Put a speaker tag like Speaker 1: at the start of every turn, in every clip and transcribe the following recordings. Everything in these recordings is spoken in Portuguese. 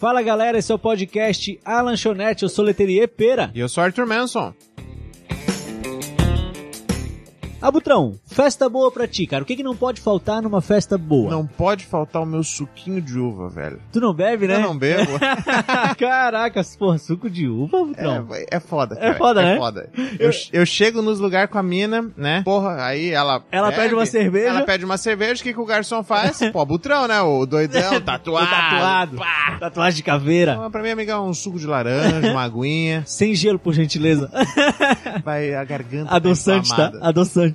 Speaker 1: Fala galera, esse é o podcast A Lanchonete, eu sou Leterier Pera.
Speaker 2: E eu sou Arthur Manson.
Speaker 1: Abutrão, Ah, festa boa pra ti, cara. O que, que não pode faltar numa festa boa?
Speaker 2: Não pode faltar o meu suquinho de uva, velho.
Speaker 1: Tu não bebe, né?
Speaker 2: Eu não bebo.
Speaker 1: Caraca, porra, suco de uva, Abutrão.
Speaker 2: É, é foda,
Speaker 1: É
Speaker 2: cara.
Speaker 1: foda, né?
Speaker 2: foda. Eu, eu chego nos lugares com a mina, né? Porra, aí ela.
Speaker 1: Ela
Speaker 2: bebe,
Speaker 1: pede uma cerveja.
Speaker 2: Ela pede uma cerveja, o que, que o garçom faz? Pô, butrão, né? O doidão,
Speaker 1: O
Speaker 2: tatuado.
Speaker 1: tatuado.
Speaker 2: Pá.
Speaker 1: Tatuagem de caveira.
Speaker 2: Então, pra mim, amiga, é um suco de laranja, uma aguinha.
Speaker 1: Sem gelo, por gentileza.
Speaker 2: Vai a garganta. tá
Speaker 1: Adoçante, tá?
Speaker 2: inflamada.
Speaker 1: Adoçante.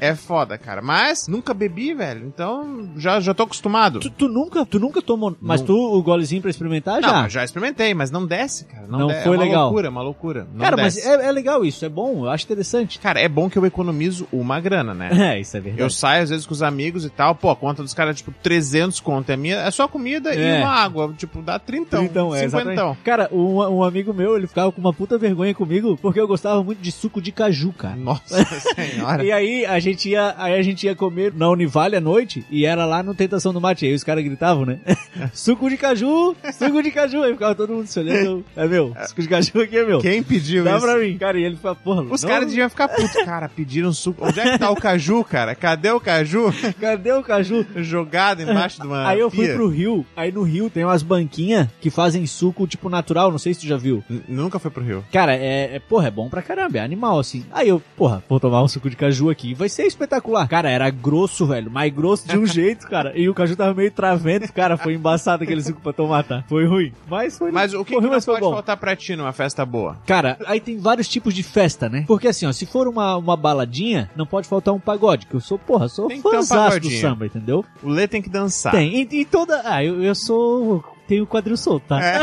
Speaker 2: É foda, cara. Mas nunca bebi, velho. Então já, já tô acostumado.
Speaker 1: Tu, tu nunca, tu nunca tomou, mas tu o golezinho pra experimentar
Speaker 2: Não,
Speaker 1: já.
Speaker 2: mas já experimentei, mas não desce, cara. Não,
Speaker 1: Não
Speaker 2: de-
Speaker 1: foi
Speaker 2: é uma
Speaker 1: legal.
Speaker 2: loucura, é uma loucura. Não
Speaker 1: cara, mas
Speaker 2: desce.
Speaker 1: é, é legal isso, é bom, eu acho interessante.
Speaker 2: Cara, é bom que eu economizo uma grana, né?
Speaker 1: É, isso é
Speaker 2: Eu
Speaker 1: verdade.
Speaker 2: saio às vezes com os amigos e tal, pô, a conta dos caras, tipo, 300 conto é minha, é só comida
Speaker 1: É.
Speaker 2: e uma água, tipo, dá trintão,
Speaker 1: Então, é,
Speaker 2: cinquentão.
Speaker 1: exatamente. Cara, um, um amigo meu, ele ficava com uma puta vergonha comigo, porque eu gostava muito de suco de caju, cara.
Speaker 2: Nossa senhora.
Speaker 1: É. E aí a gente ia, aí a gente ia comer na Univale à noite e era lá no Tentação do Mate. Aí os caras gritavam, né? suco de caju, suco de caju. Aí ficava todo mundo se olhando. eu, É meu, suco de caju aqui é meu.
Speaker 2: Quem pediu
Speaker 1: Dá
Speaker 2: isso?
Speaker 1: pra mim, cara. E ele fala, porra,
Speaker 2: Os
Speaker 1: não-
Speaker 2: caras deviam ficar putos. Cara, pediram suco. Onde é que tá o caju, cara? Cadê o caju?
Speaker 1: cadê o caju?
Speaker 2: Jogado embaixo de uma
Speaker 1: Aí eu fui
Speaker 2: Ah, pia.
Speaker 1: pro Rio, aí no Rio tem umas banquinhas que fazem suco, tipo, natural, não sei se tu já viu.
Speaker 2: N- Nunca foi pro Rio.
Speaker 1: Cara, é, é- porra, é bom pra caramba, é animal, assim. Aí eu, porra, vou tomar um suco de caju aqui, vai ser espetacular. Cara, era grosso, velho, mais grosso de um jeito, cara. E o caju tava meio travento, cara, foi embaçado aquele suco pra tomar, tá? Foi ruim, mas foi
Speaker 2: Mas
Speaker 1: foi
Speaker 2: o que, que
Speaker 1: ruim,
Speaker 2: não
Speaker 1: mas
Speaker 2: pode
Speaker 1: foi bom.
Speaker 2: faltar pra ti numa festa boa?
Speaker 1: Cara, aí tem vários tipos de festa, né? Porque assim, ó, se for uma, uma baladinha, não pode faltar um pagode, que eu sou, porra, sou
Speaker 2: Tem que ter um
Speaker 1: fãzaço do
Speaker 2: pagodinho. Tá.
Speaker 1: samba, entendeu?
Speaker 2: O Lê tem que dançar.
Speaker 1: Tem, e, e toda... Ah, eu, eu sou... Tenho quadril solto, tá?
Speaker 2: É.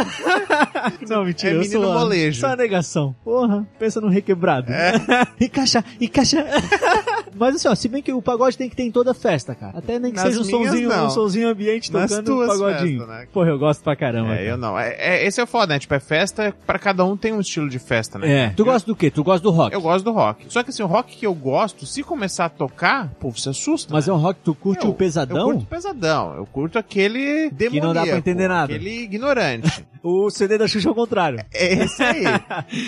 Speaker 1: Não, mentira,
Speaker 2: É
Speaker 1: eu
Speaker 2: menino
Speaker 1: sou uma-
Speaker 2: molejo.
Speaker 1: Só uma negação. Porra, pensa no requebrado.
Speaker 2: É.
Speaker 1: encaixa, encaixa. Mas assim, ó, se bem que o pagode tem que ter em toda festa, cara. Até nem que
Speaker 2: Nas
Speaker 1: seja um
Speaker 2: minhas,
Speaker 1: sonzinho,
Speaker 2: não.
Speaker 1: um sonzinho ambiente
Speaker 2: Nas
Speaker 1: tocando um
Speaker 2: tuas
Speaker 1: pagodinho.
Speaker 2: festas, né?
Speaker 1: Porra, eu gosto pra caramba.
Speaker 2: É, eu não. É, é- esse é o foda, né? Tipo, é festa, pra cada um tem um estilo de festa,
Speaker 1: cara.
Speaker 2: né?
Speaker 1: É. Tu gosta do quê? Tu gosta do rock.
Speaker 2: Eu gosto do rock. Só que assim, o rock que eu gosto, se começar a tocar, pô, você assusta.
Speaker 1: Mas é
Speaker 2: né?
Speaker 1: um rock que tu curte
Speaker 2: Eu-
Speaker 1: o pesadão?
Speaker 2: Eu curto pesadão. Eu curto aquele demoníaco.
Speaker 1: não dá pra entender nada.
Speaker 2: Aquele ignorante.
Speaker 1: O CD da Xuxa ao contrário.
Speaker 2: é esse aí,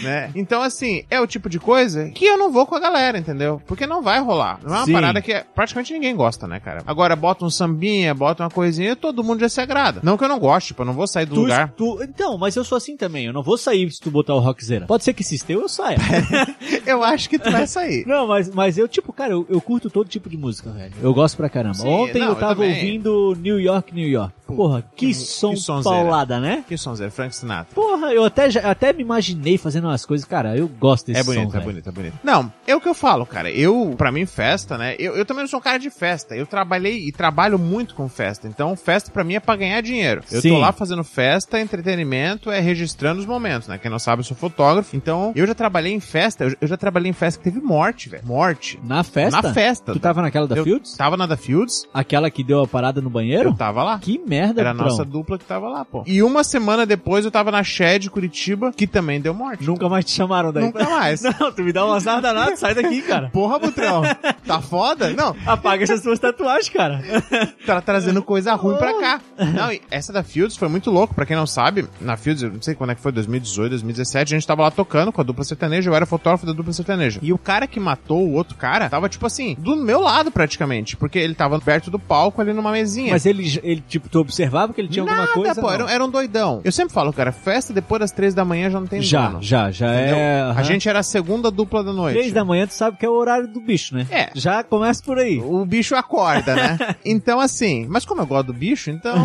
Speaker 2: né? Então, assim, é o tipo de coisa que eu não vou com a galera, entendeu? Porque não vai rolar. Não é uma
Speaker 1: Sim.
Speaker 2: parada que praticamente ninguém gosta, né, cara? Agora, bota um sambinha, bota uma coisinha, todo mundo já se agrada. Não que eu não goste, tipo, eu não vou sair do
Speaker 1: Tu,
Speaker 2: lugar.
Speaker 1: tu- então, mas eu sou assim também. Eu não vou sair se tu botar o rockzera. Pode ser que se teu eu saia.
Speaker 2: Eu acho que tu vai sair.
Speaker 1: Não, mas, mas eu, tipo, cara, eu, eu curto todo tipo de música, velho. Eu gosto pra caramba.
Speaker 2: Sim,
Speaker 1: Ontem
Speaker 2: não,
Speaker 1: eu
Speaker 2: eu
Speaker 1: tava
Speaker 2: também.
Speaker 1: ouvindo New York, New York. Porra, que,
Speaker 2: que
Speaker 1: som
Speaker 2: sonzeira.
Speaker 1: paulada, né?
Speaker 2: Que sonzeiro, Frank Sinatra.
Speaker 1: Porra, eu até, já- até me imaginei fazendo umas coisas, cara, eu gosto desse
Speaker 2: É bonito,
Speaker 1: som,
Speaker 2: é
Speaker 1: velho.
Speaker 2: bonito, é bonito. Não, é o que eu falo, cara. Eu, pra mim, festa, né? Eu, eu também não sou um cara de festa. Eu trabalhei e trabalho muito com festa. Então, festa pra mim é pra ganhar dinheiro. Eu
Speaker 1: Sim.
Speaker 2: tô lá fazendo festa, entretenimento, é registrando os momentos, né? Quem não sabe, eu sou fotógrafo. Então, eu já trabalhei em festa. Eu, eu já trabalhei em festa que teve morte, velho. Morte.
Speaker 1: Na festa?
Speaker 2: Na festa.
Speaker 1: Tu tava naquela da
Speaker 2: Eu
Speaker 1: Fields?
Speaker 2: Tava na da Fields.
Speaker 1: Aquela que deu a parada no
Speaker 2: Eu
Speaker 1: banheiro?
Speaker 2: tava lá.
Speaker 1: Que merda,
Speaker 2: Era a
Speaker 1: Trão.
Speaker 2: nossa dupla que tava lá, pô. E uma semana depois eu tava na Shed Curitiba, que também deu morte.
Speaker 1: Nunca mais te chamaram daí.
Speaker 2: Nunca mais.
Speaker 1: Não, tu me dá uma azar danado, sai daqui, cara.
Speaker 2: Porra, Butrão. tá foda? Não.
Speaker 1: Apaga essas tuas tatuagens, cara.
Speaker 2: tá trazendo coisa ruim pra cá. Não, e essa da Fields foi muito louco, pra quem não sabe, na Fields, eu não sei quando é que foi, 2018, 2017, a gente tava lá tocando com a dupla sertaneja, eu era fotógrafo da dupla sertaneja. E o cara que matou o outro cara tava, tipo assim, do meu lado praticamente, porque ele tava perto do palco ali numa mesinha.
Speaker 1: Mas ele, ele, tipo, tu observava que ele tinha alguma
Speaker 2: Nada,
Speaker 1: coisa?
Speaker 2: pô,
Speaker 1: Não.
Speaker 2: era, um- era um doidão. Eu sempre falo, cara, festa depois das três da manhã já não tem
Speaker 1: Já,
Speaker 2: dono.
Speaker 1: já, já
Speaker 2: um entendeu?
Speaker 1: é...
Speaker 2: A
Speaker 1: aham.
Speaker 2: gente era a segunda dupla da noite.
Speaker 1: Três da manhã, tu sabe que é o horário do bicho, né?
Speaker 2: É.
Speaker 1: Já começa por aí.
Speaker 2: O bicho acorda, né? Então, assim, mas como eu gosto do bicho, então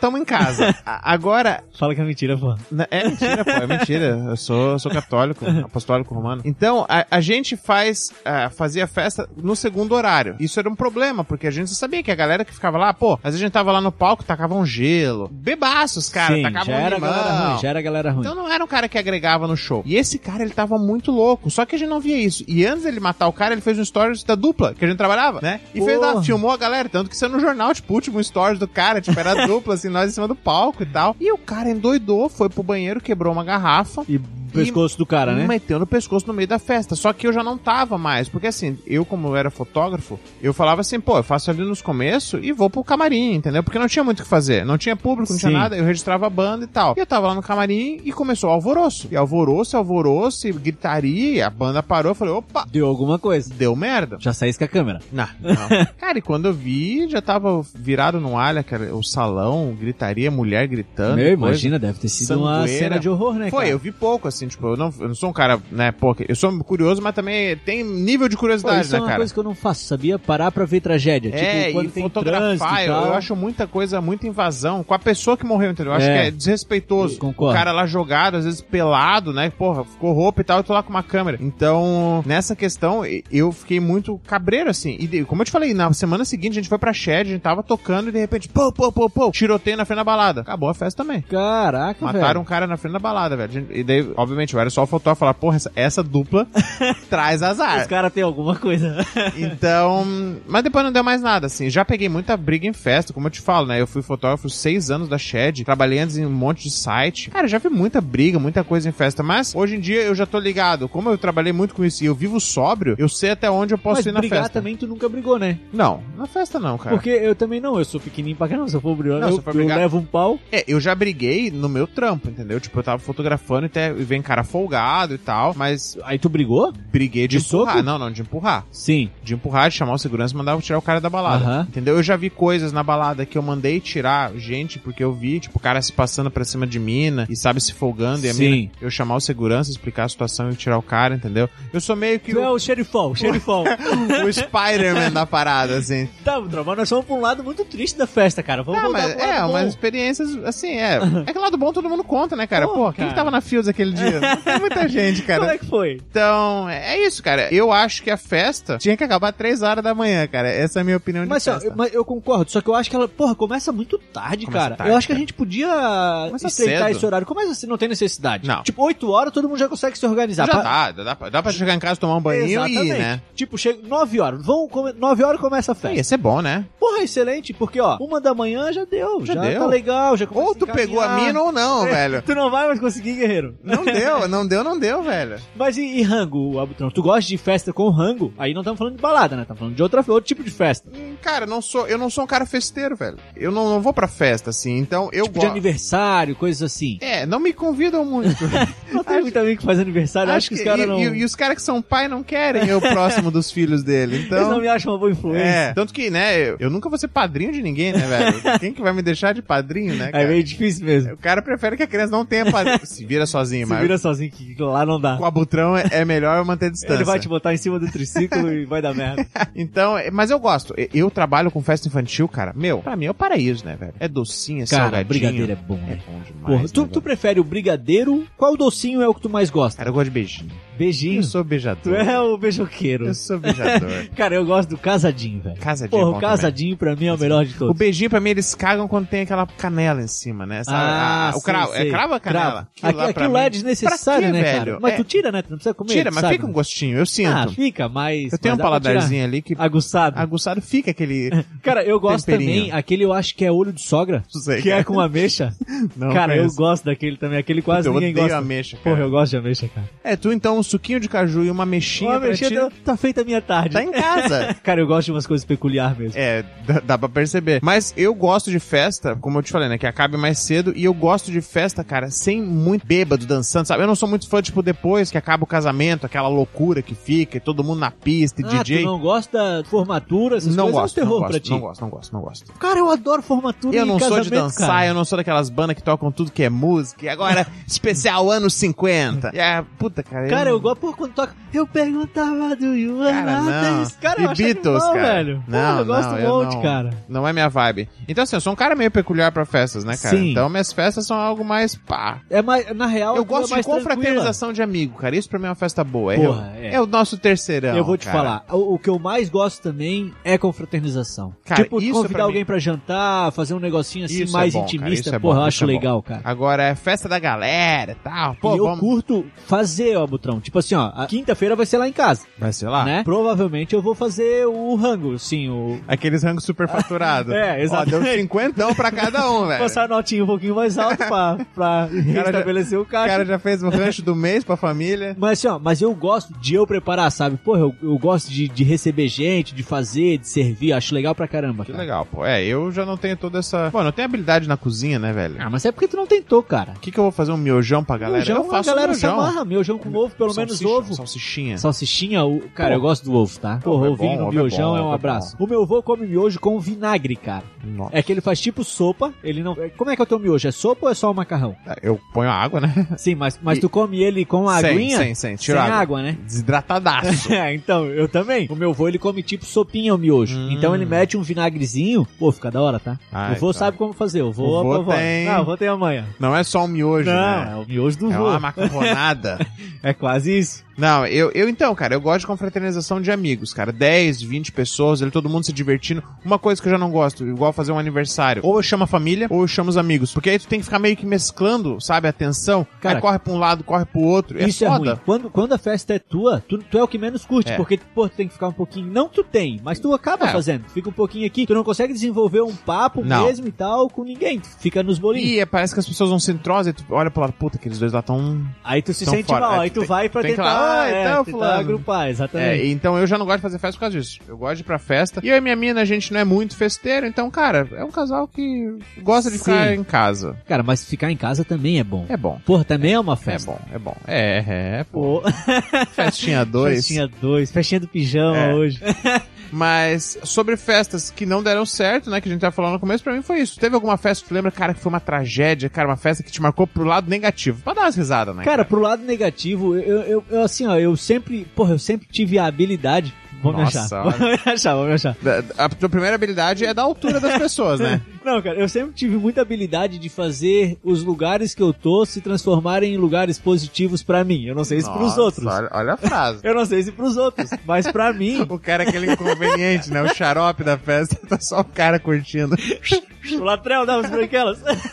Speaker 2: tamo em casa. A- Agora,
Speaker 1: Fala que é mentira, pô.
Speaker 2: Na- É mentira, pô, é mentira. Eu sou, eu sou católico, apostólico romano. Então, a, a gente faz, ah, fazia festa no segundo horário. Isso era um problema, porque a gente sabia que a galera que ficava lá, pô, às vezes a gente tava lá no palco, tacava um gelo, bebaços, cara,
Speaker 1: Sim,
Speaker 2: tacava
Speaker 1: já
Speaker 2: um
Speaker 1: era
Speaker 2: limão.
Speaker 1: galera ruim, já era galera ruim.
Speaker 2: Então não era um cara que agregava no show. E esse cara, ele tava muito louco. Só que a gente não via isso. E antes dele matar o cara, ele fez um stories da dupla que a gente trabalhava, né? E fez
Speaker 1: Porra.
Speaker 2: lá, filmou a galera. Tanto que saiu no jornal, tipo, o último stories do cara, tipo, era a dupla, assim, nós em cima do palco e tal. E o cara endoidou, foi pro banheiro, quebrou uma garrafa.
Speaker 1: E pescoço do cara, né?
Speaker 2: Meteu no pescoço no meio da festa. Só que eu já não tava mais. Porque assim, eu, como eu era fotógrafo, eu falava assim, pô, eu faço ali nos começos e vou pro camarim, entendeu? Porque não tinha muito o que fazer. Não tinha público, não
Speaker 1: Sim.
Speaker 2: tinha nada. Eu registrava a banda e tal. E eu tava lá no camarim e começou o alvoroço. E alvoroço, alvoroço, e gritaria. e A banda parou. Eu falei, opa,
Speaker 1: Deu alguma coisa.
Speaker 2: deu merda.
Speaker 1: Já saísse com a câmera.
Speaker 2: Não, não. cara, e quando eu vi, já tava virado no alha, cara, o salão, gritaria, mulher gritando.
Speaker 1: Meu,
Speaker 2: coisa.
Speaker 1: imagina, deve ter sido uma
Speaker 2: sangueira.
Speaker 1: cena de horror, né,
Speaker 2: Foi,
Speaker 1: cara?
Speaker 2: eu vi pouco, assim, tipo, eu não, eu não sou um cara, né, pô, que- eu sou curioso, mas também tem nível de
Speaker 1: Pô,
Speaker 2: curiosidade,
Speaker 1: isso é
Speaker 2: né,
Speaker 1: uma
Speaker 2: cara?
Speaker 1: coisa que eu não faço, sabia? Parar pra ver tragédia.
Speaker 2: é,
Speaker 1: tipo, quando
Speaker 2: e
Speaker 1: tem trânsito
Speaker 2: fotografar,
Speaker 1: e
Speaker 2: eu,
Speaker 1: tal.
Speaker 2: eu acho muita coisa, muita invasão com a pessoa que morreu, entendeu? Eu acho
Speaker 1: É.
Speaker 2: que é desrespeitoso.
Speaker 1: Concordo.
Speaker 2: O cara lá jogado, às vezes pelado, né? Porra, ficou roupa e tal, eu tô lá com uma câmera. Então, nessa questão, e- eu fiquei muito cabreiro, assim. E de- como eu te falei, na semana seguinte a gente foi pra Shed, a gente tava tocando e de repente, pô, pô, pô, pô, tiroteio na frente da balada. Acabou a festa também.
Speaker 1: Caraca,
Speaker 2: Mataram um cara na frente da balada, velho. Gente, E daí, obviamente, eu era só o fotógrafo falar, porra, essa, essa dupla traz
Speaker 1: velho.
Speaker 2: azar.
Speaker 1: Os caras têm alguma coisa.
Speaker 2: Então. Mas depois não deu mais nada, assim. Já peguei muita briga em festa, como eu te falo, né? Eu fui fotógrafo seis anos da Shed, trabalhei antes em um monte de site. Cara, já vi muita briga, muita coisa em festa, mas hoje em dia eu já tô ligado. Como eu trabalhei muito com isso e eu vivo sóbrio, eu sei até onde eu posso
Speaker 1: Mas
Speaker 2: ir na
Speaker 1: brigar
Speaker 2: festa.
Speaker 1: também tu nunca brigou, né?
Speaker 2: Não, na festa não, cara.
Speaker 1: Porque eu também não, eu sou pequenininho pra caramba, se eu for brigar,
Speaker 2: Não,
Speaker 1: eu,
Speaker 2: se for
Speaker 1: eu
Speaker 2: brigar-
Speaker 1: levo um pau.
Speaker 2: É, eu já briguei no meu trampo, entendeu? Tipo, eu tava fotografando e, até, e vem cara folgado e tal, mas
Speaker 1: Aí tu brigou?
Speaker 2: briguei de,
Speaker 1: De
Speaker 2: empurrar.
Speaker 1: soco?
Speaker 2: Não, não, de empurrar.
Speaker 1: Sim.
Speaker 2: de empurrar, de chamar o segurança e mandava tirar o cara da balada.
Speaker 1: Aham.
Speaker 2: Entendeu? Eu já vi coisas na balada que eu mandei tirar gente, porque eu vi, tipo, o cara se passando pra cima de mina e sabe se folgando e a
Speaker 1: Sim.
Speaker 2: mina. Eu chamar o segurança, explicar a situação e tirar o cara, entendeu? Eu sou meio que
Speaker 1: Tu é
Speaker 2: o,
Speaker 1: o xerifão, xerifão.
Speaker 2: o Spider-Man da parada, assim.
Speaker 1: tá, Drão, mas nós fomos pra um lado muito triste da festa, cara. Vamos
Speaker 2: Ah,
Speaker 1: voltar
Speaker 2: mas,
Speaker 1: pro lado
Speaker 2: é,
Speaker 1: bom.
Speaker 2: umas experiências, assim, é. É que lado bom todo mundo conta, né, cara?
Speaker 1: Pô,
Speaker 2: Pô, quem
Speaker 1: cara.
Speaker 2: que tava na Fields aquele dia? Não tem muita gente, cara.
Speaker 1: Como é que foi?
Speaker 2: Então, é isso, cara. Eu acho que a festa tinha que acabar três horas da manhã, cara. Essa é a minha opinião de
Speaker 1: Mas, ó,
Speaker 2: festa.
Speaker 1: eu- mas eu concordo, só que eu acho que ela, porra, começa muito tarde,
Speaker 2: Começa
Speaker 1: cara.
Speaker 2: tarde,
Speaker 1: eu acho que a
Speaker 2: cara.
Speaker 1: gente podia
Speaker 2: Começa
Speaker 1: estreitar
Speaker 2: cedo.
Speaker 1: esse horário. Começa assim, não tem necessidade.
Speaker 2: Não.
Speaker 1: Tipo, 8 horas todo mundo já consegue se organizar.
Speaker 2: Já
Speaker 1: Pa-
Speaker 2: tá, dá pra, dá pra chegar em casa, tomar um banho e ir,
Speaker 1: Exatamente.
Speaker 2: né?
Speaker 1: Tipo, chega 9 horas. Vão, come- 9 horas começa a
Speaker 2: É,
Speaker 1: festa.
Speaker 2: Ia ser bom, né?
Speaker 1: Porra, excelente, porque ó, uma da manhã já deu, já,
Speaker 2: Já
Speaker 1: tá
Speaker 2: deu.
Speaker 1: legal, já começa
Speaker 2: Ou tu
Speaker 1: a
Speaker 2: pegou a
Speaker 1: encaminhar.
Speaker 2: mina ou
Speaker 1: É.
Speaker 2: não, velho.
Speaker 1: Tu não vai mais conseguir, guerreiro.
Speaker 2: Não deu, não deu, não deu, velho.
Speaker 1: Mas e, e rango, Abutrão? Tu gosta de festa com rango? Aí não estamos falando de balada, né? Estamos falando de outra, outro tipo de festa.
Speaker 2: Hum, Cara, não sou, eu não sou um cara festeiro, velho. Eu não, não vou pra festa, assim, então eu
Speaker 1: Tipo de
Speaker 2: gosto.
Speaker 1: aniversário, coisas assim.
Speaker 2: É, não me convidam muito.
Speaker 1: Não tem muito amigo que faz aniversário, acho, que os caras
Speaker 2: e,
Speaker 1: não...
Speaker 2: e- e os caras que são pai não querem eu próximo dos filhos dele,
Speaker 1: Eles não
Speaker 2: então...
Speaker 1: me acham uma boa
Speaker 2: É,
Speaker 1: influência.
Speaker 2: tanto que, né, eu, eu nunca vou ser padrinho de ninguém, né, velho? Quem que vai me deixar de padrinho, né,
Speaker 1: É,
Speaker 2: cara?
Speaker 1: meio difícil mesmo.
Speaker 2: O cara prefere que a criança não tenha padrinho. Se vira sozinho,
Speaker 1: Se
Speaker 2: mas
Speaker 1: vira sozinho que lá não dá.
Speaker 2: com o Abutrão é- é melhor eu manter a distância.
Speaker 1: Ele vai te botar em cima do triciclo e vai dar merda.
Speaker 2: Então, é- mas eu gosto. E- Eu trabalho com festa infantil, cara. Meu, pra mim é o paraíso, né, velho? É docinho, é
Speaker 1: Cara,
Speaker 2: salgadinho.
Speaker 1: brigadeiro é bom,
Speaker 2: É
Speaker 1: né?
Speaker 2: bom demais.
Speaker 1: Porra, tu, tu
Speaker 2: né, velho?
Speaker 1: prefere o brigadeiro? Qual docinho é o que tu mais gosta?
Speaker 2: Cara, eu gosto de beijinho.
Speaker 1: Beijinho.
Speaker 2: Eu sou beijador.
Speaker 1: Tu é o beijoqueiro.
Speaker 2: Eu sou beijador.
Speaker 1: Cara, eu gosto do casadinho, velho.
Speaker 2: Casadinho é
Speaker 1: Porra,
Speaker 2: bom
Speaker 1: o casadinho pra mim é o melhor de
Speaker 2: também. O
Speaker 1: todos.
Speaker 2: beijinho, pra mim, eles cagam quando tem aquela canela em cima, né? Sabe?
Speaker 1: Ah,
Speaker 2: A- a- o
Speaker 1: sei,
Speaker 2: cravo.
Speaker 1: sei.
Speaker 2: É cravo ou canela?
Speaker 1: Cravo. Aquilo, lá,
Speaker 2: pra
Speaker 1: aquilo lá é
Speaker 2: mim-
Speaker 1: desnecessário,
Speaker 2: Pra quê,
Speaker 1: né, cara?
Speaker 2: velho?
Speaker 1: Mas
Speaker 2: É.
Speaker 1: tu tira, né? Tu não precisa comer.
Speaker 2: Tira,
Speaker 1: tu
Speaker 2: mas
Speaker 1: sabe?
Speaker 2: fica um gostinho. Eu sinto.
Speaker 1: Ah, fica, mas...
Speaker 2: eu tenho um
Speaker 1: mas dá pra tirar. Ah.
Speaker 2: paladarzinho ali que
Speaker 1: Aguçado.
Speaker 2: aguçado fica aquele...
Speaker 1: Cara, eu gosto
Speaker 2: Temperinho.
Speaker 1: também, aquele eu acho que é olho de sogra,
Speaker 2: Não sei,
Speaker 1: que é
Speaker 2: cara.
Speaker 1: com ameixa.
Speaker 2: Não
Speaker 1: cara, eu
Speaker 2: conheço.
Speaker 1: gosto daquele também, aquele quase
Speaker 2: eu
Speaker 1: ninguém
Speaker 2: odeio
Speaker 1: gosta.
Speaker 2: ameixa, cara.
Speaker 1: Porra, eu gosto de ameixa, cara.
Speaker 2: É, tu então um suquinho de caju e uma
Speaker 1: Uma
Speaker 2: mexinha pra
Speaker 1: ameixa
Speaker 2: ti,
Speaker 1: deu- tá feita a minha tarde.
Speaker 2: tá em casa.
Speaker 1: Cara, eu gosto de umas coisas peculiares mesmo.
Speaker 2: É, dá, dá pra perceber. Mas eu gosto de festa, como eu te falei, né? Que acabe mais cedo. E eu gosto de festa, cara, sem muito bêbado dançando, sabe? Eu não sou muito fã, tipo, depois que acaba o casamento, aquela loucura que fica, e todo mundo na pista, e
Speaker 1: Ah,
Speaker 2: DJ.
Speaker 1: tu não gosta de formatura, essas
Speaker 2: Não
Speaker 1: coisas?
Speaker 2: gosto,
Speaker 1: é um
Speaker 2: não
Speaker 1: terror
Speaker 2: gosto,
Speaker 1: pra ti.
Speaker 2: não gosto, não gosto, não gosto.
Speaker 1: Cara, eu adoro formatura
Speaker 2: Eu
Speaker 1: e
Speaker 2: não sou
Speaker 1: casamento,
Speaker 2: de dançar,
Speaker 1: cara.
Speaker 2: eu não sou daquelas bandas que tocam tudo que é música. E agora, especial anos 50. E é, puta, cara.
Speaker 1: Cara,
Speaker 2: não-
Speaker 1: eu gosto, porra, quando toca. Eu perguntava do You
Speaker 2: Cara, não.
Speaker 1: This. Cara, eu
Speaker 2: E
Speaker 1: acho animal,
Speaker 2: Beatles, cara?
Speaker 1: velho.
Speaker 2: Não,
Speaker 1: Porra, eu
Speaker 2: não,
Speaker 1: gosto um
Speaker 2: eu
Speaker 1: monte,
Speaker 2: não.
Speaker 1: cara.
Speaker 2: Não é minha vibe. Então, assim, eu sou um cara meio peculiar pra festas, né, cara?
Speaker 1: Sim.
Speaker 2: Então, minhas festas são algo mais pá.
Speaker 1: É mais, na real,
Speaker 2: Eu
Speaker 1: aquilo
Speaker 2: gosto
Speaker 1: é
Speaker 2: de
Speaker 1: mais tranquila.
Speaker 2: confraternização de amigo, cara. Isso pra mim é uma festa boa. É
Speaker 1: Porra,
Speaker 2: eu-
Speaker 1: é.
Speaker 2: é. o nosso terceirão.
Speaker 1: eu vou te
Speaker 2: cara.
Speaker 1: falar. O, o que eu mais gosto também é confraternização.
Speaker 2: Cara,
Speaker 1: tipo,
Speaker 2: isso
Speaker 1: convidar
Speaker 2: pra
Speaker 1: alguém
Speaker 2: mim-
Speaker 1: pra jantar, fazer um negocinho assim
Speaker 2: Isso é
Speaker 1: mais
Speaker 2: bom, cara,
Speaker 1: intimista.
Speaker 2: isso é bom,
Speaker 1: porra, eu
Speaker 2: isso
Speaker 1: acho
Speaker 2: é bom.
Speaker 1: legal, cara.
Speaker 2: Agora é festa da galera e tal. Pô,
Speaker 1: e eu
Speaker 2: vamos.
Speaker 1: curto fazer, ó, Butrão. Tipo assim, ó, a quinta-feira vai ser lá em casa,
Speaker 2: Vai ser lá.
Speaker 1: né? Provavelmente eu vou fazer o rango, sim, o...
Speaker 2: Aqueles rangos superfaturados.
Speaker 1: É,
Speaker 2: Ó, deu
Speaker 1: exatamente.
Speaker 2: 50 pra cada um, velho.
Speaker 1: Passar a notinha um pouquinho mais alta pra, pra
Speaker 2: já-
Speaker 1: restabelecer o
Speaker 2: O
Speaker 1: caixa.
Speaker 2: cara já fez o rancho do mês pra família.
Speaker 1: Mas assim, ó, mas eu gosto de eu preparar, sabe? Porra, eu, eu gosto de, de receber gente, de fazer, de servir, acho legal pra caramba.
Speaker 2: Que
Speaker 1: cara.
Speaker 2: legal, pô. É, eu já não tenho toda essa. Bom, não tenho habilidade na cozinha, né, velho?
Speaker 1: Ah, mas é porque tu não tentou, cara.
Speaker 2: O que, que eu vou fazer? Um miojão pra galera?
Speaker 1: miojão,
Speaker 2: eu faço
Speaker 1: a galera
Speaker 2: um
Speaker 1: se
Speaker 2: miojão.
Speaker 1: amarra, miojão com ovo, pelo menos
Speaker 2: Salsicha,
Speaker 1: ovo.
Speaker 2: Salsichinha.
Speaker 1: Salsichinha, o... cara,
Speaker 2: Pô.
Speaker 1: eu gosto do ovo, tá?
Speaker 2: Ovo
Speaker 1: Porra,
Speaker 2: é
Speaker 1: ovo
Speaker 2: bom,
Speaker 1: no
Speaker 2: ovo é bom,
Speaker 1: miojão é,
Speaker 2: ovo
Speaker 1: um
Speaker 2: é
Speaker 1: abraço. o meu avô come miojo com vinagre, cara.
Speaker 2: Nossa.
Speaker 1: É que ele faz tipo sopa, ele não... Como é que é o teu miojo? É sopa ou é só o macarrão?
Speaker 2: Eu ponho a água, né?
Speaker 1: Sim, mas, mas
Speaker 2: E-
Speaker 1: tu come ele com a
Speaker 2: Sem,
Speaker 1: aguinha?
Speaker 2: Sem, sem, Tira
Speaker 1: sem
Speaker 2: a água.
Speaker 1: água, né?
Speaker 2: Desidratadaço.
Speaker 1: É, então, eu também. O meu avô, ele come tipo sopinha o miojo.
Speaker 2: Hum.
Speaker 1: Então ele mete um vinagrezinho. Pô, fica da hora, tá?
Speaker 2: Ai,
Speaker 1: o vô
Speaker 2: tá.
Speaker 1: sabe como fazer. O vô,
Speaker 2: O vô
Speaker 1: vovó.
Speaker 2: tem-
Speaker 1: Não, o vô tem amanhã.
Speaker 2: Não é só um miojo,
Speaker 1: Não,
Speaker 2: né?
Speaker 1: é o miojo do
Speaker 2: É
Speaker 1: vô.
Speaker 2: uma macarronada.
Speaker 1: É quase isso.
Speaker 2: Não, eu, eu então, cara, eu gosto de confraternização de amigos, cara. 10, 20 pessoas, ali, todo mundo se divertindo. Uma coisa que eu já não gosto, igual fazer um aniversário. Ou eu chamo a família, ou eu chamo os amigos. Porque aí tu tem que ficar meio que mesclando, sabe, a tensão.
Speaker 1: Cara,
Speaker 2: aí corre pra um lado, corre pro outro.
Speaker 1: isso
Speaker 2: é foda.
Speaker 1: é ruim. Quando, quando a festa é tua, tu, tu é o que menos curte.
Speaker 2: É.
Speaker 1: Porque, pô, tu tem que ficar um pouquinho. Não tu tem, mas tu acaba
Speaker 2: É.
Speaker 1: fazendo. Fica um pouquinho aqui. Tu não consegue desenvolver um papo
Speaker 2: Não.
Speaker 1: mesmo e tal com ninguém. Tu fica nos bolinhos.
Speaker 2: E é, parece que as pessoas não se entrosam e tu olha pro lado, puta, aqueles dois lá tão.
Speaker 1: Aí tu se
Speaker 2: Então
Speaker 1: sente
Speaker 2: fora.
Speaker 1: mal.
Speaker 2: É,
Speaker 1: Aí tu
Speaker 2: tem-
Speaker 1: vai pra
Speaker 2: tem que
Speaker 1: tentar,
Speaker 2: falar, ah,
Speaker 1: é,
Speaker 2: então,
Speaker 1: tentar
Speaker 2: fulano.
Speaker 1: agrupar. Exatamente.
Speaker 2: É, então eu já não gosto de fazer festa por causa disso. Eu gosto de ir pra festa. E eu e minha mina, a gente não é muito festeiro, então, cara, é um casal que gosta de ficar
Speaker 1: Sim.
Speaker 2: em casa.
Speaker 1: Cara, mas ficar em casa também é bom.
Speaker 2: É bom.
Speaker 1: Porra, também é uma
Speaker 2: É
Speaker 1: festa.
Speaker 2: bom, é bom. É, é, pô.
Speaker 1: Pô,
Speaker 2: Festinha dois.
Speaker 1: Festinha 2, festinha do pijama
Speaker 2: É.
Speaker 1: hoje.
Speaker 2: Mas sobre festas que não deram certo, né? Que a gente tava falando no começo, pra mim foi isso. Teve alguma festa que tu lembra, cara, que foi uma tragédia, cara, uma festa que te marcou pro lado negativo. Pra dar umas risadas, né?
Speaker 1: Cara, pro lado negativo, eu, eu, eu, assim, ó, eu sempre, porra, eu sempre tive a habilidade. Vamos me
Speaker 2: Nossa,
Speaker 1: achar.
Speaker 2: olha.
Speaker 1: Vamos me achar, vamos me achar.
Speaker 2: Da- da- A tua primeira habilidade é da altura das pessoas, né?
Speaker 1: Não, cara, eu sempre tive muita habilidade de fazer os lugares que eu tô se transformarem em lugares positivos pra mim. Eu não sei isso pros
Speaker 2: Nossa,
Speaker 1: outros.
Speaker 2: Olha, olha a frase.
Speaker 1: Eu não sei se pros outros, mas pra mim,
Speaker 2: O cara é aquele inconveniente, né? O xarope da festa, tá só o cara curtindo.
Speaker 1: O Latrel das branquelas.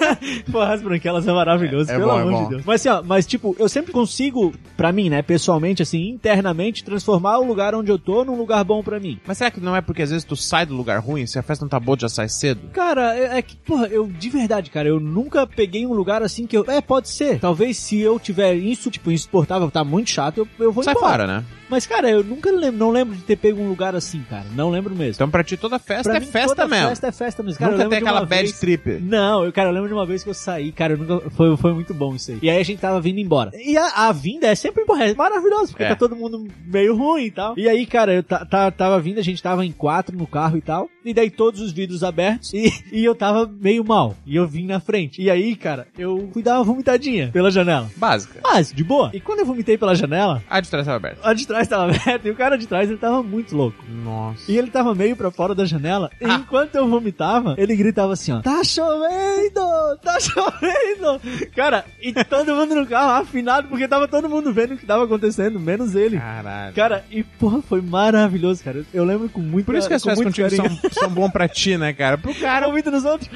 Speaker 1: Porra, as branquelas é maravilhoso,
Speaker 2: É, é
Speaker 1: pelo
Speaker 2: bom, é
Speaker 1: amor
Speaker 2: bom.
Speaker 1: de Deus. Mas assim, ó, mas tipo, eu sempre consigo, pra mim, né, pessoalmente, assim, internamente, transformar o lugar onde eu tô num lugar bom pra mim.
Speaker 2: Mas será que não é porque às vezes tu sai do lugar ruim? Se a festa não tá boa, tu já sai cedo?
Speaker 1: Cara, é, é que, porra, eu, de verdade, cara, eu nunca peguei um lugar assim que eu. É, pode ser. Talvez se eu tiver isso, tipo, insuportável, tá muito chato, eu, eu vou
Speaker 2: sai
Speaker 1: embora.
Speaker 2: fora, né?
Speaker 1: Mas, cara, eu nunca lembro, não lembro de ter pego um lugar assim, cara. Não lembro mesmo.
Speaker 2: Então pra ti toda festa
Speaker 1: Pra
Speaker 2: é
Speaker 1: mim,
Speaker 2: festa
Speaker 1: toda
Speaker 2: mesmo.
Speaker 1: Festa é festa mesmo. Cara, eu
Speaker 2: Nunca
Speaker 1: lembro
Speaker 2: tem
Speaker 1: de
Speaker 2: aquela
Speaker 1: uma
Speaker 2: bad
Speaker 1: vez-
Speaker 2: trip.
Speaker 1: Não, eu, cara, eu lembro de uma vez que eu saí, cara, eu nunca, foi, foi muito bom isso aí. E aí a gente tava vindo embora. E a, a vinda é sempre porra, é maravilhosa, porque
Speaker 2: É.
Speaker 1: tá todo mundo meio ruim e tal. E aí, cara, eu ta- ta- tava vindo, a gente tava em quatro no carro e tal. E daí todos os vidros abertos e, e eu tava meio mal. E eu vim na frente. E aí, cara, eu fui dar uma vomitadinha pela janela.
Speaker 2: Básica.
Speaker 1: Mas, de boa. E quando eu vomitei pela janela,
Speaker 2: A distração aberta.
Speaker 1: a de trás tava aberta e o cara de trás ele tava muito louco.
Speaker 2: Nossa.
Speaker 1: E ele tava meio pra fora da janela.
Speaker 2: Ah.
Speaker 1: E enquanto eu vomitava, ele gritava assim, ó. Tá chovendo! Tá chovendo! Cara, e todo mundo no carro afinado, porque tava todo mundo vendo o que tava acontecendo, menos ele.
Speaker 2: Caralho.
Speaker 1: Cara, e porra, foi maravilhoso, cara. Eu lembro com muito
Speaker 2: Por isso que as
Speaker 1: com
Speaker 2: festas
Speaker 1: muito
Speaker 2: contigo
Speaker 1: carinho.
Speaker 2: são, são bom pra ti, né, cara? Pro cara,
Speaker 1: Cara, muito nos outros.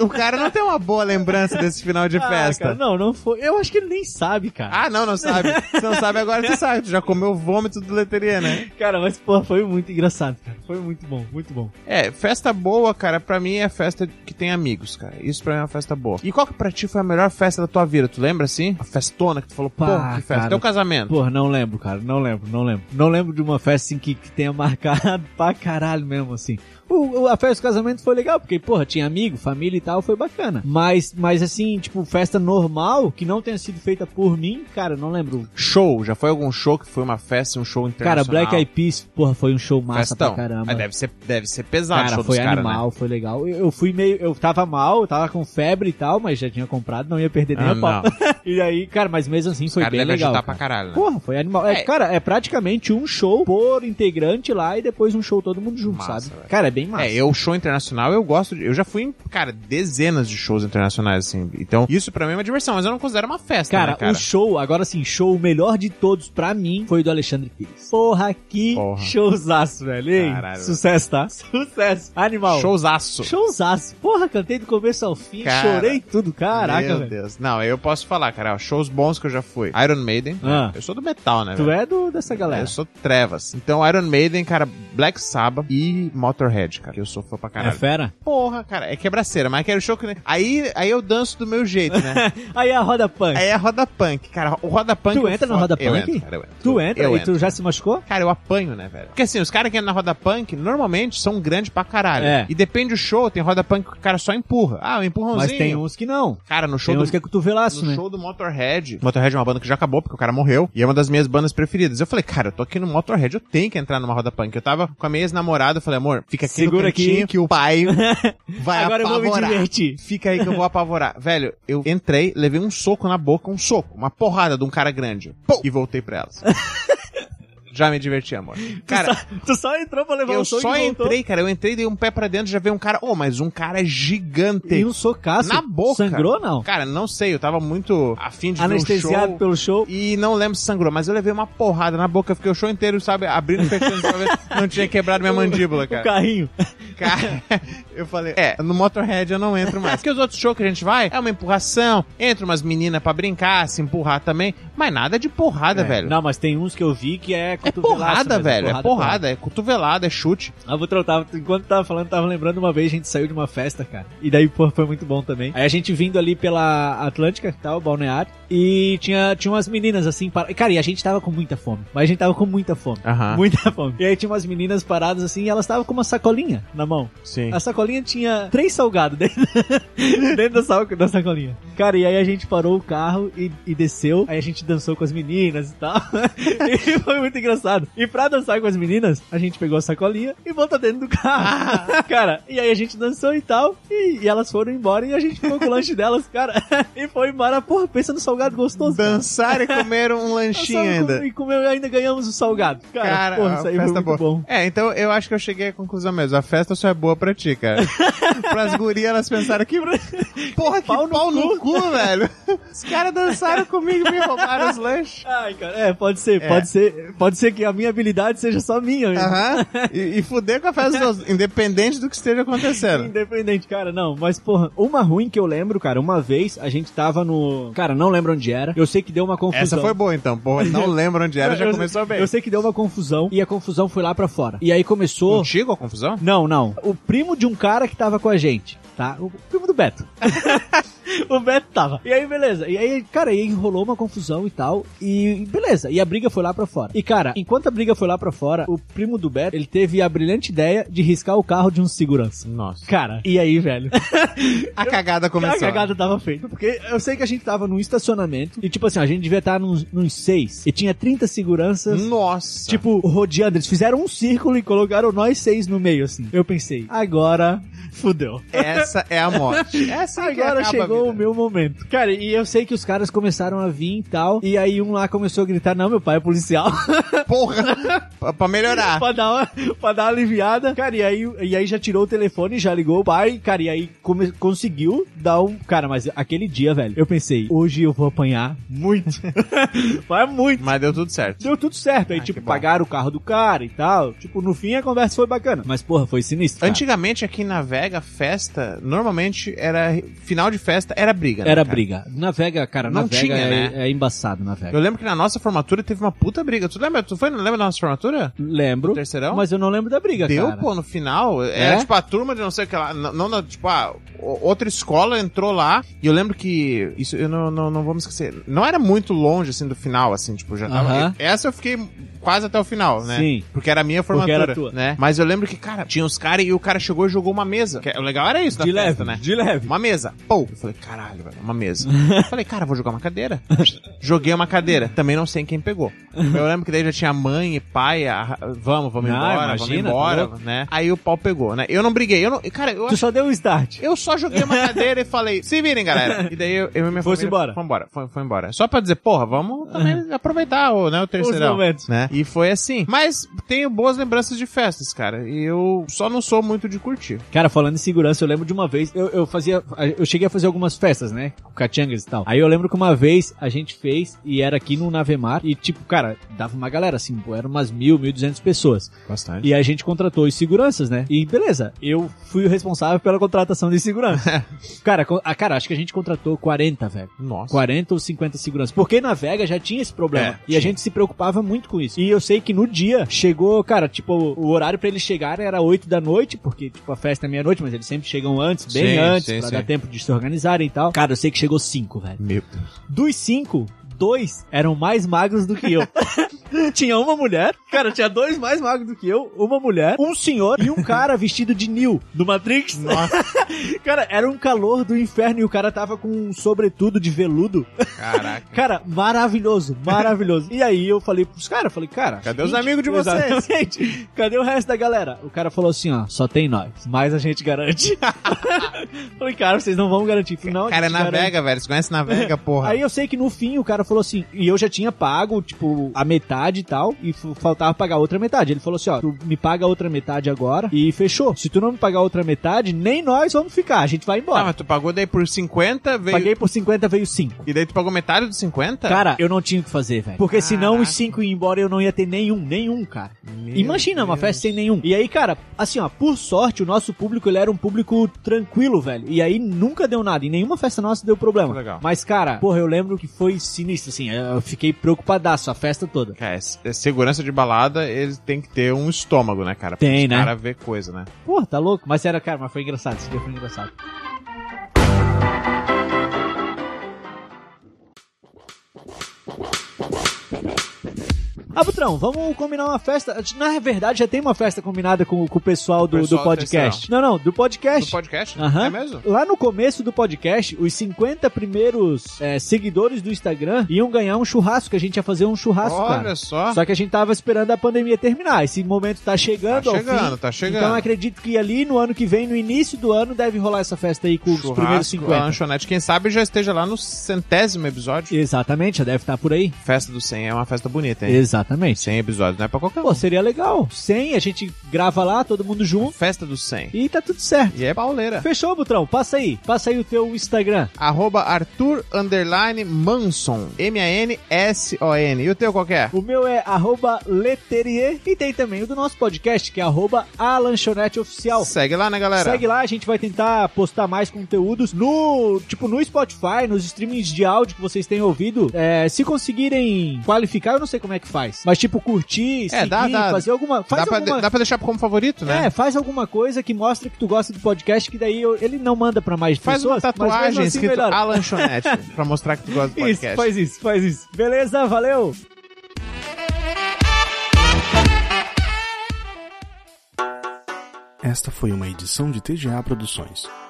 Speaker 2: o, o cara não tem uma boa lembrança desse final de
Speaker 1: Ah,
Speaker 2: festa.
Speaker 1: cara, não, não foi. Eu acho que ele nem sabe, cara.
Speaker 2: Ah, não, não sabe. Se não sabe, agora tu sabe. Tu já comeu vômito do leteria, né?
Speaker 1: Cara, mas porra, foi muito engraçado, cara. Foi muito bom, muito bom.
Speaker 2: É, festa boa, cara, pra mim é festa que tem amigos, cara. Isso pra mim é uma festa boa. E qual que pra ti foi a melhor festa da tua vida? Tu lembra, assim? A festona que tu falou, pô,
Speaker 1: Pá,
Speaker 2: que festa.
Speaker 1: cara.
Speaker 2: Teu casamento.
Speaker 1: Porra, não lembro, cara. Não lembro, não lembro. Não lembro de uma festa assim que, que tenha marcado pra caralho mesmo, assim. O, o- a festa do casamento foi legal, porque, porra, tinha amigo, família e tal, foi bacana. Mas, mas assim, tipo, festa normal, que não tenha sido feita por mim, cara, não lembro.
Speaker 2: Show. Já foi algum show que foi uma festa, um show
Speaker 1: Cara,
Speaker 2: internacional?
Speaker 1: Black Eyed Peas, porra, foi um show massa
Speaker 2: Festão.
Speaker 1: pra caramba.
Speaker 2: Mas deve ser, deve ser pesado o
Speaker 1: Cara,
Speaker 2: show
Speaker 1: foi
Speaker 2: dos caras, né?
Speaker 1: animal, foi legal. Eu, eu fui meio. Eu tava mal, eu tava com febre e tal, mas já tinha comprado, não ia perder nem
Speaker 2: Ah,
Speaker 1: a pau. E aí, cara, mas mesmo assim foi
Speaker 2: cara
Speaker 1: bem
Speaker 2: deve
Speaker 1: legal.
Speaker 2: agitar
Speaker 1: cara.
Speaker 2: pra caralho, né?
Speaker 1: Porra, foi animal. É,
Speaker 2: É.
Speaker 1: Cara, é praticamente um show por integrante lá e depois um show todo mundo junto,
Speaker 2: Massa,
Speaker 1: sabe?
Speaker 2: velho.
Speaker 1: Cara, é bem massa.
Speaker 2: É, eu, show internacional, eu gosto de. Eu já fui em, cara, dezenas de shows internacionais, assim. Então, isso pra mim é uma diversão, mas eu não considero uma festa,
Speaker 1: Cara,
Speaker 2: né, cara?
Speaker 1: o show, agora sim, show o melhor de todos pra mim foi o do Alexandre Pires. Porra, que
Speaker 2: Porra.
Speaker 1: showzaço, velho. Ei,
Speaker 2: Caralho.
Speaker 1: Sucesso, tá? Sucesso. Animal.
Speaker 2: Showzaço.
Speaker 1: Showzaço. Porra, cantei do começo ao fim,
Speaker 2: Cara.
Speaker 1: chorei tudo. Caraca,
Speaker 2: Meu
Speaker 1: velho.
Speaker 2: Deus. Não, eu posso falar, cara. ó, Shows bons que eu já fui. Iron Maiden.
Speaker 1: Ah.
Speaker 2: Eu sou do metal, né,
Speaker 1: Tu
Speaker 2: velho?
Speaker 1: é do, dessa galera.
Speaker 2: Eu sou trevas. Então, Iron Maiden, cara, Black Sabbath e Motorhead, cara. que Eu sou fã pra
Speaker 1: É
Speaker 2: caralho.
Speaker 1: fera?
Speaker 2: Porra, cara, é quebraceira, mas quero show que. nem- Aí, aí eu danço do meu jeito, né?
Speaker 1: Aí a roda punk.
Speaker 2: aí é roda punk, cara. O roda punk.
Speaker 1: Tu
Speaker 2: é
Speaker 1: entra no
Speaker 2: foda.
Speaker 1: roda
Speaker 2: Eu
Speaker 1: punk?
Speaker 2: entro, cara, eu entro.
Speaker 1: Tu entra
Speaker 2: Eu
Speaker 1: e tu já se machucou?
Speaker 2: Cara, eu apanho, né, velho? Porque assim, os caras que entram na roda punk, normalmente são grandes pra caralho.
Speaker 1: É.
Speaker 2: E depende do show, tem roda punk que o cara só empurra. Ah, um empurrãozinho.
Speaker 1: Mas tem uns que não.
Speaker 2: Cara, no show
Speaker 1: Tem
Speaker 2: do
Speaker 1: uns que é cotovelaço,
Speaker 2: no
Speaker 1: né?
Speaker 2: show do Motorhead. Motorhead é uma banda que já acabou, porque o cara morreu. E é uma das minhas bandas preferidas. Eu falei, cara, eu tô aqui no Motorhead, eu tenho que entrar numa roda punk. Eu tava com a minha ex-namorada, eu falei, amor, fica aqui
Speaker 1: Segura
Speaker 2: no
Speaker 1: aqui.
Speaker 2: cantinho que o pai vai
Speaker 1: Agora eu vou
Speaker 2: apavorar.
Speaker 1: me divertir.
Speaker 2: Fica aí que eu vou apavorar. Velho, eu entrei, levei um soco na boca, um soco, uma porrada de um cara grande. Pum! e voltei pra elas. já me diverti, amor. Cara,
Speaker 1: Tu só entrou pra levar
Speaker 2: eu
Speaker 1: um soco
Speaker 2: só
Speaker 1: e voltou.
Speaker 2: entrei, cara, eu entrei, dei um pé pra dentro, já veio um cara, oh, mas um cara gigante.
Speaker 1: E um socaço.
Speaker 2: Na boca.
Speaker 1: Sangrou, não?
Speaker 2: Cara, Assim, não sei, eu tava muito afim de ver o
Speaker 1: Anestesiado
Speaker 2: show.
Speaker 1: pelo show.
Speaker 2: E não lembro se sangrou, mas eu levei uma porrada na boca, eu fiquei o show inteiro, sabe, abrindo e fechando pra ver se não tinha quebrado minha mandíbula,
Speaker 1: O
Speaker 2: cara.
Speaker 1: carrinho.
Speaker 2: Cara, eu falei, é, no Motorhead eu não entro mais. É Porque os outros shows que a gente vai, é uma empurração, entra umas meninas pra brincar, se empurrar também, mas nada de porrada,
Speaker 1: É.
Speaker 2: velho.
Speaker 1: Não, mas tem uns que eu vi que é
Speaker 2: É
Speaker 1: cotovelaço
Speaker 2: porrada,
Speaker 1: mesmo,
Speaker 2: velho. é porrada, é cotovelada, é chute.
Speaker 1: Ah, vou tratar. Enquanto tava falando, tava lembrando uma vez, a gente saiu de uma festa, cara. E daí, pô, foi muito bom também. Aí a gente vindo ali pela Atlântica, tal, Balneário. E tinha, tinha umas meninas assim. Para... Cara, e a gente tava com muita fome. Mas a gente tava com muita fome.
Speaker 2: Aham.
Speaker 1: Muita fome. E aí tinha umas meninas paradas assim e elas estavam com uma sacolinha na mão.
Speaker 2: Sim.
Speaker 1: A sacolinha tinha três salgados dentro, dentro da, sal- da sacolinha. Cara, e aí a gente parou o carro e, e desceu. Aí a gente dançou com as meninas e tal. e foi muito engraçado. E pra dançar com as meninas, a gente pegou a sacolinha e botou dentro do
Speaker 2: Ah.
Speaker 1: carro. cara, e aí a gente dançou e tal. E, e elas foram embora e a gente ficou com o lanche delas, cara. e foi embora. Porra, pensa no salgado gostoso. cara.
Speaker 2: Dançar e comer um lanchinho
Speaker 1: Dançamos
Speaker 2: ainda.
Speaker 1: com- E comeu, ainda ganhamos o salgado. Cara,
Speaker 2: Cara,
Speaker 1: porra,
Speaker 2: a
Speaker 1: isso aí foi
Speaker 2: festa
Speaker 1: muito
Speaker 2: boa.
Speaker 1: bom.
Speaker 2: É, então eu acho que eu cheguei à conclusão mesmo. A festa só é boa pra ti, cara. Pras gurias, elas pensaram que. Porra, que pau, no, cu. velho. Os caras dançaram comigo e me roubaram os lanches.
Speaker 1: Ai, cara, é, pode ser,
Speaker 2: É.
Speaker 1: pode ser, pode ser que a minha habilidade seja só minha, mesmo.
Speaker 2: Aham. E, e fuder com a festa dos outros, independente do que esteja acontecendo.
Speaker 1: Independente, cara, não, mas porra, uma ruim que eu lembro, cara, uma vez a gente tava no. Cara, não lembro onde era, eu sei que deu uma confusão.
Speaker 2: Essa foi boa então, porra. Não lembro onde era, já
Speaker 1: Eu-
Speaker 2: começou bem.
Speaker 1: Eu sei que deu uma confusão e a confusão foi lá pra fora. E aí começou.
Speaker 2: Contigo a confusão?
Speaker 1: Não, não. O primo de um cara que tava com a gente, tá? O primo do Beto. o Beto tava. E aí, beleza. E aí, cara, aí enrolou uma confusão e tal. E beleza. E a briga foi lá pra fora. E, cara, enquanto a briga foi lá pra fora, o primo do Beto, ele teve a brilhante ideia de riscar o carro de um segurança.
Speaker 2: Nossa.
Speaker 1: Cara, e aí, velho?
Speaker 2: A cagada começou.
Speaker 1: A cagada tava feita. Porque eu sei que a gente tava num estacionamento e, tipo assim, a gente devia estar nos, nos seis. E tinha 30 seguranças.
Speaker 2: Nossa.
Speaker 1: Tipo, rodeando, eles fizeram um círculo e colocaram nós seis no meio, assim. Eu pensei, agora fudeu.
Speaker 2: essa é a morte. Essa é que
Speaker 1: Agora
Speaker 2: acaba a
Speaker 1: chegou
Speaker 2: vida.
Speaker 1: o meu momento. Cara, e eu sei que os caras começaram a vir e tal. E aí um lá começou a gritar: Não, meu pai é policial.
Speaker 2: Porra. Pra- pra melhorar.
Speaker 1: pra, dar uma, pra dar uma aliviada. Cara, e aí, e aí já tirou o telefone, já ligou o pai. Cara, e aí come- conseguiu dar um. Cara, mas aquele dia, velho, eu pensei: Hoje eu vou apanhar muito. Mas muito.
Speaker 2: Mas deu tudo certo.
Speaker 1: Deu tudo certo. Aí,
Speaker 2: Ah,
Speaker 1: tipo,
Speaker 2: que bom.
Speaker 1: pagaram o carro do cara e tal. Tipo, no fim a conversa foi bacana. Mas, porra, foi sinistro. cara.
Speaker 2: Tá. Antigamente aqui na Vega, festa, normalmente era. Final de festa era briga. né,
Speaker 1: Era
Speaker 2: cara?
Speaker 1: briga. Na Vega, cara, na
Speaker 2: Não
Speaker 1: Vega
Speaker 2: tinha,
Speaker 1: é,
Speaker 2: né?
Speaker 1: é embaçado na Vega.
Speaker 2: Eu lembro que na nossa formatura teve uma puta briga. Tu lembra? Tu foi, lembra da nossa formatura?
Speaker 1: Lembro,
Speaker 2: Terceirão?
Speaker 1: mas eu não lembro da briga,
Speaker 2: Deu,
Speaker 1: cara.
Speaker 2: pô, no final.
Speaker 1: É?
Speaker 2: Era tipo a turma de não sei o que lá. Não, não, não, tipo, ah, o- outra escola entrou lá. E eu lembro que. Isso eu não, não, não vou me esquecer. Não era muito longe, assim, do final, assim, tipo, já tava.
Speaker 1: Aham.
Speaker 2: Essa eu fiquei quase até o final, né?
Speaker 1: Sim.
Speaker 2: Porque era a minha
Speaker 1: Porque
Speaker 2: formatura.
Speaker 1: era tua.
Speaker 2: né? Mas eu lembro que, cara, tinha os caras e o cara chegou e jogou uma mesa. Que, o legal era isso, da
Speaker 1: De leve,
Speaker 2: festa, né?
Speaker 1: de leve.
Speaker 2: Uma mesa. Pou. Eu falei, caralho, velho, uma mesa. falei, cara, vou jogar uma cadeira. Joguei uma cadeira. Também não sei quem pegou. Eu lembro que daí já tinha mãe e pai. ah, vamos, vamos
Speaker 1: Não,
Speaker 2: embora,
Speaker 1: imagina,
Speaker 2: vamos embora,
Speaker 1: tá
Speaker 2: né? Aí o pau pegou, né? Eu não briguei. Eu não, cara, eu,
Speaker 1: Tu só deu o start.
Speaker 2: eu só joguei uma cadeira e falei, se virem, galera. E daí eu, eu e minha
Speaker 1: Foi-se
Speaker 2: família...
Speaker 1: embora. Uhum.
Speaker 2: Foi embora. Foi, foi embora. Só pra dizer, porra, vamos também aproveitar o, né, o terceirão.
Speaker 1: momentos.
Speaker 2: Né? E foi assim. Mas tenho boas lembranças de festas, cara. E eu só não sou muito de curtir.
Speaker 1: Cara, falando em segurança, eu lembro de uma vez, eu, eu fazia, eu cheguei a fazer algumas festas, né? com catangas e tal. Aí eu lembro que uma vez a gente fez e era aqui no Navemar e, tipo, cara, dava uma galera, assim, pô, eram umas mil, mil duzentas pessoas.
Speaker 2: Bastante.
Speaker 1: E a gente contratou os seguranças, né? E beleza, eu fui o responsável pela contratação de segurança. cara, co- ah, cara, acho que a gente contratou 40, velho.
Speaker 2: Nossa.
Speaker 1: 40 ou 50 seguranças. Porque na Vega já tinha esse problema.
Speaker 2: É,
Speaker 1: e a gente se preocupava muito com isso. E eu sei que no dia chegou, cara, tipo, o horário pra eles chegarem era 8 da noite, porque, tipo, a festa é meia-noite, mas eles sempre chegam antes, bem
Speaker 2: Sim,
Speaker 1: antes,
Speaker 2: sim,
Speaker 1: pra
Speaker 2: sim.
Speaker 1: dar tempo de se organizarem e tal. Cara, eu sei que chegou 5, velho.
Speaker 2: Meu Deus.
Speaker 1: Dos 5, dois eram mais magros do que eu. tinha uma mulher, cara, tinha dois mais magros do que eu, uma mulher, um senhor e um cara vestido de Neo, do Matrix.
Speaker 2: Nossa,
Speaker 1: Cara, era um calor do inferno e o cara tava com um sobretudo de veludo.
Speaker 2: caraca.
Speaker 1: Cara, maravilhoso, maravilhoso. E aí eu falei pros caras, falei, cara...
Speaker 2: Cadê os amigos de vocês?
Speaker 1: Exatamente. Cadê o resto da galera? O cara falou assim, ó, só tem nós, mas a gente garante. falei, cara, vocês não vão garantir. Falei, não, a
Speaker 2: Cara, é
Speaker 1: gente
Speaker 2: na
Speaker 1: garante.
Speaker 2: Vega, velho. Você conhece na Vega, porra.
Speaker 1: Aí eu sei que no fim o cara falou assim, e eu já tinha pago, tipo, a metade e tal, e f- faltava pagar a outra metade. Ele falou assim, ó, tu me paga a outra metade agora e fechou. Se tu não me pagar a outra metade, nem nós vamos ficar, a gente vai
Speaker 2: Ah,
Speaker 1: embora.
Speaker 2: mas tu pagou daí por 50, veio...
Speaker 1: Paguei por 50, veio 5.
Speaker 2: E daí tu pagou metade dos 50?
Speaker 1: Cara, eu não tinha o que fazer, velho. Porque senão os
Speaker 2: Caraca.
Speaker 1: 5 iam embora e eu não ia ter nenhum, nenhum, cara.
Speaker 2: Meu
Speaker 1: Imagina uma
Speaker 2: Deus.
Speaker 1: festa sem nenhum. E aí, cara, assim, ó, por sorte, o nosso público, ele era um público tranquilo, velho. E aí nunca deu nada. Em nenhuma festa nossa deu problema.
Speaker 2: Legal.
Speaker 1: Mas, cara, porra, eu lembro que foi sinistro, assim. Eu fiquei preocupadaço a festa toda.
Speaker 2: Cara, é se- é segurança de balada, eles têm que ter um estômago, né, cara?
Speaker 1: Tem, né?
Speaker 2: O cara vê coisa, né?
Speaker 1: Porra, tá louco? Mas era, cara, mas foi engraçado. Esse dia foi engraçado. Ah, Butrão, vamos combinar uma festa. Na verdade, já tem uma festa combinada com, com o pessoal do, do
Speaker 2: Pessoal do
Speaker 1: podcast. Não, não, do podcast.
Speaker 2: No podcast?
Speaker 1: Aham.
Speaker 2: É mesmo?
Speaker 1: Lá no começo do podcast, os 50 primeiros é, seguidores do Instagram iam ganhar um churrasco, que a gente ia fazer um churrasco,
Speaker 2: Olha
Speaker 1: cara.
Speaker 2: só.
Speaker 1: Só que a gente tava esperando a pandemia terminar. Esse momento tá
Speaker 2: Tá
Speaker 1: chegando ao
Speaker 2: chegando,
Speaker 1: fim.
Speaker 2: tá chegando.
Speaker 1: Então acredito que ali no ano que vem, no início do ano, deve rolar essa festa aí com os
Speaker 2: Churrasco,
Speaker 1: primeiros
Speaker 2: a
Speaker 1: 50.
Speaker 2: lanchonete. Quem sabe já esteja lá no centésimo episódio.
Speaker 1: Exatamente, já deve estar por aí.
Speaker 2: Festa do 100 é uma festa bonita, hein?
Speaker 1: Exatamente.
Speaker 2: 100 episódios, não é pra qualquer um.
Speaker 1: Pô, seria legal. 100, a gente grava lá, todo mundo junto,
Speaker 2: Festa do 100.
Speaker 1: e tá tudo certo.
Speaker 2: E é pauleira.
Speaker 1: Fechou, Butrão? Passa aí. Passa aí o teu Instagram.
Speaker 2: Arroba Arthur underline Manson. M-A-N-S-O-N. E o teu qual que é?
Speaker 1: O meu é arroba Leterier e tem também o do nosso podcast, que é arroba a lanchonete oficial.
Speaker 2: Segue lá, né, galera?
Speaker 1: Segue lá, a gente vai tentar postar mais conteúdos no, tipo, no Spotify, nos streamings de áudio que vocês têm ouvido. É, se conseguirem qualificar, eu não sei como é que faz. Mas, tipo, curtir, seguir,
Speaker 2: É, dá- dá-
Speaker 1: fazer alguma... Faz
Speaker 2: Dá pra,
Speaker 1: alguma...
Speaker 2: de- dá pra deixar como favorito, né?
Speaker 1: É, faz alguma coisa que mostra que tu gosta do podcast, que daí eu- ele não manda pra mais
Speaker 2: Faz uma
Speaker 1: pessoas. mas mesmo
Speaker 2: tatuagem
Speaker 1: assim
Speaker 2: escrito
Speaker 1: melhora.
Speaker 2: A Lanchonete pra mostrar que tu gosta do podcast.
Speaker 1: Isso, faz isso, faz isso. Beleza, valeu!
Speaker 3: Esta foi uma edição de TGA Produções.